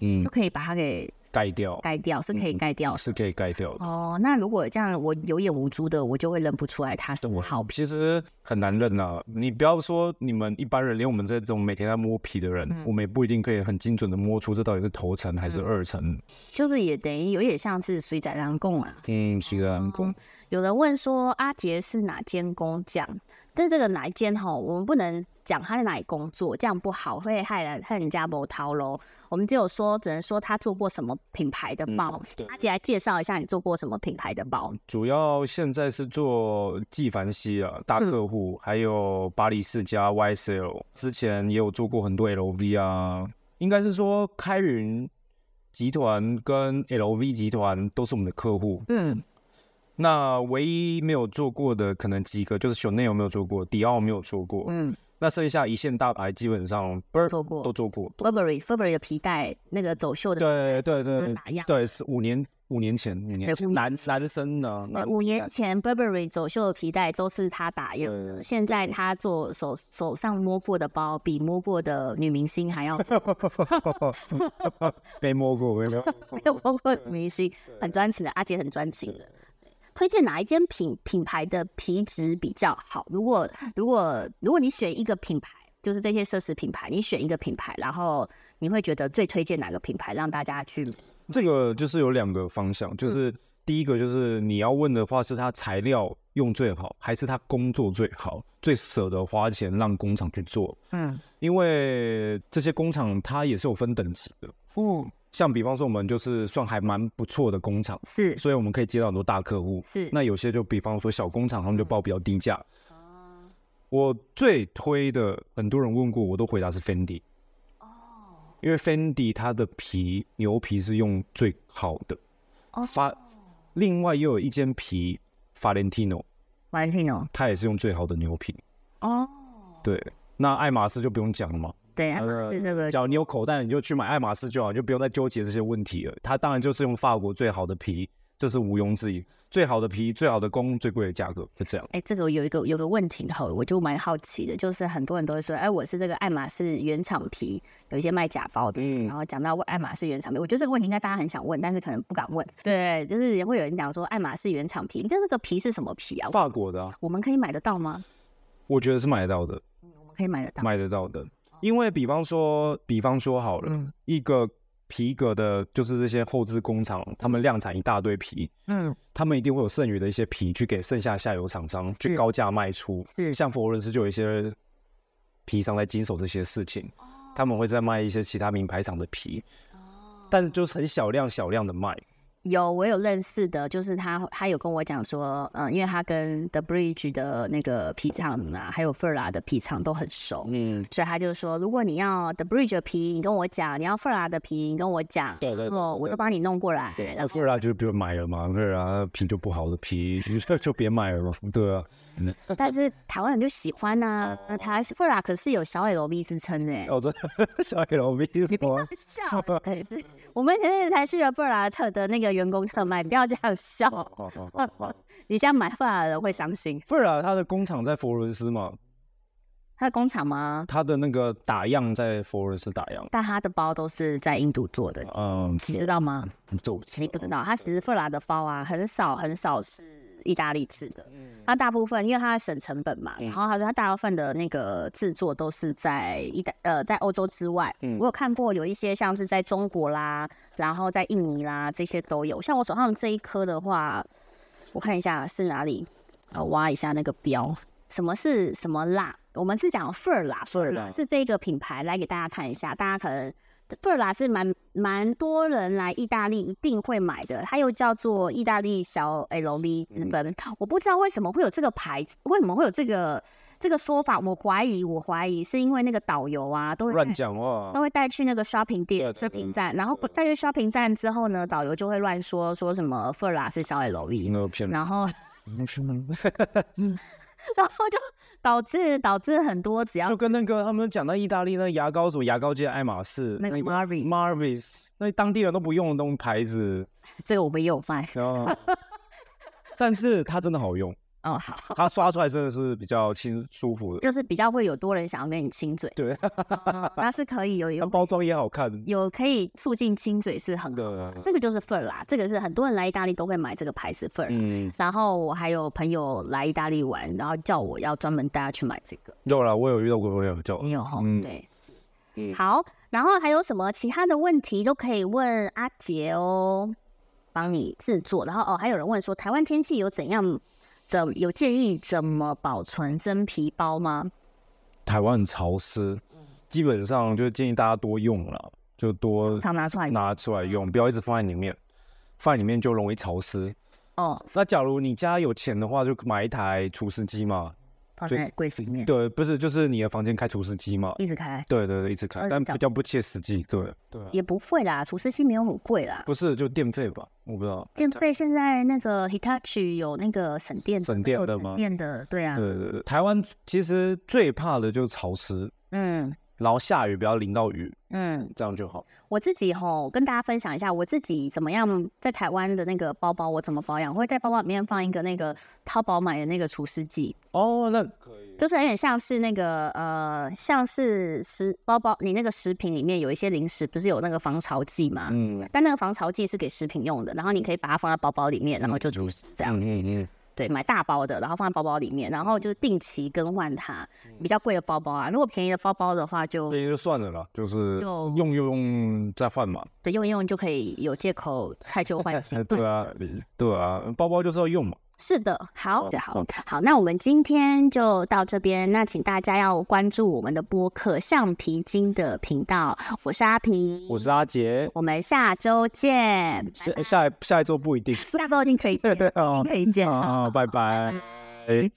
Speaker 2: 嗯
Speaker 1: 哦就，可以把它给
Speaker 2: 盖掉
Speaker 1: 盖掉，是可以盖掉的。
Speaker 2: 嗯是可以盖掉的。
Speaker 1: 哦，那如果这样，我有眼无珠的，我就会认不出来它是好皮。
Speaker 2: 其实很难认啊，你不要说你们一般人，连我们这种每天在摸皮的人，
Speaker 1: 嗯
Speaker 2: 我们也不一定可以很精准的摸出这到底是头层还是二层。
Speaker 1: 就是也等于有点像是水仔郎贡啊。
Speaker 2: 嗯，是的，嗯
Speaker 1: 有人问说阿杰是哪间工匠？但这个哪一间哈，我们不能讲他在哪里工作，这样不好，会害人害人家不掏喽。我们只有说，只能说他做过什么品牌
Speaker 2: 嗯
Speaker 1: 的包。
Speaker 2: 对
Speaker 1: 阿杰来介绍一下你做过什么品牌的包。
Speaker 2: 主要现在是做纪梵希啊，大
Speaker 1: 嗯
Speaker 2: 客户，还有巴黎世家、YSL，之前也有做过很多 LV 啊，应该是说开云集团跟 LV 集团都是我们的客户。
Speaker 1: 嗯
Speaker 2: 那唯一没有做过的，可能几个就是 Chanel 没有做过，迪奥没有做过，
Speaker 1: 嗯
Speaker 2: 那剩下一线大牌基本上不是
Speaker 1: 做过
Speaker 2: 都做过。
Speaker 1: ，Burberry Burberry 的皮带那个走秀的
Speaker 2: 对对对
Speaker 1: 打样
Speaker 2: 对，是五年五年前，五年
Speaker 1: 对五
Speaker 2: 前
Speaker 1: 年
Speaker 2: 男男生呢？
Speaker 1: 呃
Speaker 2: 男
Speaker 1: 五年前 Burberry 走秀的皮带都是他打印的，
Speaker 2: 对
Speaker 1: 现在他做手手上摸过的包比摸过的女明星还要
Speaker 2: 被摸过，没有？
Speaker 1: 摸过的女明星很专情的，阿杰很专情的。推荐哪一间品品牌的皮质比较好？如果如果如果你选一个品牌，就是这些奢侈品牌，你选一个品牌，然后你会觉得最推荐哪个品牌让大家去？
Speaker 2: 这个就是有两个方向，就是第一个就是你要问的话，是他材料用最好，还是他工作最好，最舍得花钱让工厂去做？
Speaker 1: 嗯
Speaker 2: 因为这些工厂它也是有分等级的，
Speaker 1: 嗯，
Speaker 2: 像比方说我们就是算还蛮不错的工厂，
Speaker 1: 是
Speaker 2: 所以我们可以接到很多大客户。
Speaker 1: 是
Speaker 2: 那有些就比方说小工厂，他们就报比较低价。我最推的，很多人问过我，都回答是 Fendi，
Speaker 1: 哦
Speaker 2: 因为 Fendi 它的皮牛皮是用最好的。
Speaker 1: 哦
Speaker 2: 法，另外又有一间皮 Valentino，
Speaker 1: ，Valentino
Speaker 2: 它也是用最好的牛皮。
Speaker 1: 哦，
Speaker 2: 对，那爱马仕就不用讲了嘛，
Speaker 1: 对，它
Speaker 2: 呃
Speaker 1: 是这个
Speaker 2: 只要你有口袋，你就去买爱马仕就好，你就不用再纠结这些问题了。它当然就是用法国最好的皮，这是毋庸置疑，最好的皮、最好的工、最贵的价格，就这样。
Speaker 1: 哎，这个有一个有个问题哈，我就蛮好奇的，就是很多人都会说，哎，我是这个爱马仕原厂皮，有一些卖假包的。
Speaker 2: 嗯
Speaker 1: 然，后讲到爱马仕原厂皮，我觉得这个问题应该大家很想问，但是可能不敢问。对，就是也会有人讲说爱马仕原厂皮，但这个皮是什么皮啊？
Speaker 2: 法国的、啊，
Speaker 1: 我们可以买得到吗？
Speaker 2: 我觉得是买得到的，
Speaker 1: 我们可以买得到。
Speaker 2: 买得到的。因为比方说，比方说好了，
Speaker 1: 哦嗯
Speaker 2: 一个皮革的，就是这些后置工厂，他们量产一大堆皮，
Speaker 1: 嗯，
Speaker 2: 他们一定会有剩余的一些皮去给剩下下游厂商去
Speaker 1: 是
Speaker 2: 高价卖出。
Speaker 1: 是
Speaker 2: 像佛罗伦斯就有一些皮商在经手这些事情，
Speaker 1: 哦
Speaker 2: 他们会再卖一些其他名牌厂的皮，但是就是很小量小量的卖。
Speaker 1: 有，我有认识的，就是他，他有跟我讲说，嗯，因为他跟 The Bridge 的那个皮厂啊，还有 Fura 的皮厂都很熟，
Speaker 2: 嗯，
Speaker 1: 所以他就说，如果你要 The Bridge 的皮，你跟我讲；你要 Fura 的皮，你跟我讲，
Speaker 2: 对对对
Speaker 1: 哦，我都帮你弄过来。然
Speaker 2: 那
Speaker 1: 后
Speaker 2: 富拉就就买了嘛，富拉皮就不好的皮就就别买了嘛，对啊。
Speaker 1: 但是台湾人就喜欢呐、啊，
Speaker 2: 哦
Speaker 1: 台 Fura 可是有小 LV 之称的、
Speaker 2: 我说哦 小 LV 是吗？
Speaker 1: 笑，哎 我们前阵子才去了 Fura 啊特的那个员工特卖，不要这样笑，
Speaker 2: 好好好好，
Speaker 1: 你这样买 Fura 的人会伤心。
Speaker 2: 富拉啊它的工厂在佛罗伦斯嘛，
Speaker 1: 他的工厂吗？
Speaker 2: 它的那个打样在佛罗伦斯打样。
Speaker 1: 但他的包都是在印度做的，
Speaker 2: 嗯，
Speaker 1: 你知道吗？
Speaker 2: 这我知
Speaker 1: 你
Speaker 2: 道
Speaker 1: 不知道，它其实富拉的包啊，很少很少是意大利制的，
Speaker 2: 嗯
Speaker 1: 它大部分因为它省成本嘛，然后它它大部分的那个制作都是在意大呃在欧洲之外，
Speaker 2: 嗯
Speaker 1: 我有看过有一些像是在中国啦，然后在印尼啦这些都有。像我手上这一颗的话，我看一下是哪里，呃，挖一下那个标，什么是什么蜡？我们是讲 fur 啦，fur 啦
Speaker 2: 蜡
Speaker 1: 是这个品牌，来给大家看一下，大家可能。fur 啦是蛮蛮多人来意大利一定会买的，它又叫做意大利小 LV 资
Speaker 2: 嗯
Speaker 1: 本。我不知道为什么会有这个牌子，为什么会有这个这个说法？我怀疑，我怀疑是因为那个导游啊，都会带
Speaker 2: 乱讲话
Speaker 1: 都。会带去那个 shopping 店、
Speaker 2: 对对对
Speaker 1: shopping 站，然后不带去 shopping 站之后呢，导游就会乱说说什么 Fura 是小 LV，、
Speaker 2: 那骗人，
Speaker 1: 然后
Speaker 2: 就
Speaker 1: 然后就导致导致很多只要
Speaker 2: 跟那个他们讲到意大利那牙膏什么牙膏界爱马仕
Speaker 1: 那个 Marvi
Speaker 2: Marvis，那当地人都不用的东牌子，
Speaker 1: 这个我们也有卖
Speaker 2: 然后，但是它真的好用，
Speaker 1: 哦，好，
Speaker 2: 它刷出来真的是比较轻舒服的，
Speaker 1: 就是比较会有多人想要跟你亲嘴，
Speaker 2: 对，
Speaker 1: 嗯那是可以有
Speaker 2: 它
Speaker 1: 有
Speaker 2: 包装也好看
Speaker 1: 有可以促进亲嘴是很好的，
Speaker 2: 的，
Speaker 1: 这个就是 Fura，这个是很多人来意大利都会买这个牌子 Fura，、
Speaker 2: 嗯，
Speaker 1: 然后我还有朋友来意大利玩，然后叫我要专门带他去买这个。
Speaker 2: 有了，我有遇到过朋友叫，
Speaker 1: 你有吼，
Speaker 2: 嗯
Speaker 1: 对，是
Speaker 2: 嗯
Speaker 1: 好，然后还有什么其他的问题都可以问阿杰哦，帮你制作。然后哦，还有人问说，台湾天气有怎样？怎有建议怎么保存真皮包吗？
Speaker 2: 台湾很潮湿，基本上就建议大家多用了，就多
Speaker 1: 常拿出来
Speaker 2: 拿出来用，不要一直放在里面，放在里面就容易潮湿。
Speaker 1: 哦，
Speaker 2: 那假如你家有钱的话，就买一台除湿机嘛。
Speaker 1: 放
Speaker 2: 最
Speaker 1: 在柜子里面，
Speaker 2: 对，不是，就是你的房间开除湿机嘛。
Speaker 1: 一直开
Speaker 2: 对对对，一直开，
Speaker 1: 24
Speaker 2: 但
Speaker 1: 小
Speaker 2: 比较不切实际。对对啊，
Speaker 1: 也不会啦，除湿机没有很贵啦。
Speaker 2: 不是就电费吧？我不知道。
Speaker 1: 电费现在那个 Hitachi 有那个省电
Speaker 2: 省电
Speaker 1: 有
Speaker 2: 的
Speaker 1: 省
Speaker 2: 吗嗯
Speaker 1: 电的，对啊，
Speaker 2: 对对对，台湾其实最怕的就是潮湿，
Speaker 1: 嗯，
Speaker 2: 然后下雨不要淋到雨，
Speaker 1: 嗯，
Speaker 2: 这样就好。
Speaker 1: 我自己吼跟大家分享一下我自己怎么样在台湾的那个包包我怎么保养，我会在包包里面放一个那个淘宝买的那个除湿剂，
Speaker 2: 哦，那可以。
Speaker 1: 就是有点像是那个呃，像是食包包你那个食品里面有一些零食不是有那个防潮剂嘛，
Speaker 2: 嗯，
Speaker 1: 但那个防潮剂是给食品用的，然后你可以把它放在包包里面，然后就除湿这样。
Speaker 2: 嗯嗯嗯，
Speaker 1: 对，买大包的，然后放在包包里面，然后就是定期更换它。
Speaker 2: 嗯
Speaker 1: 比较贵的包包啊，如果便宜的包包的话就，
Speaker 2: 这就算了啦，就是
Speaker 1: 就
Speaker 2: 用用用再换嘛。
Speaker 1: 对用一用就可以有借口害旧换新。
Speaker 2: 对啊，对啊，包包就是要用嘛。
Speaker 1: 是的，好，
Speaker 2: 嗯
Speaker 1: 好
Speaker 2: 嗯，
Speaker 1: 好，那我们今天就到这边。那请大家要关注我们的播客《橡皮筋》的频道，我是阿皮，
Speaker 2: 我是阿嗯杰，
Speaker 1: 我们下周见，
Speaker 2: 下 下下一周不一定。 啊
Speaker 1: 下周一定可以见，一定可以见。
Speaker 2: 哦啊，拜拜。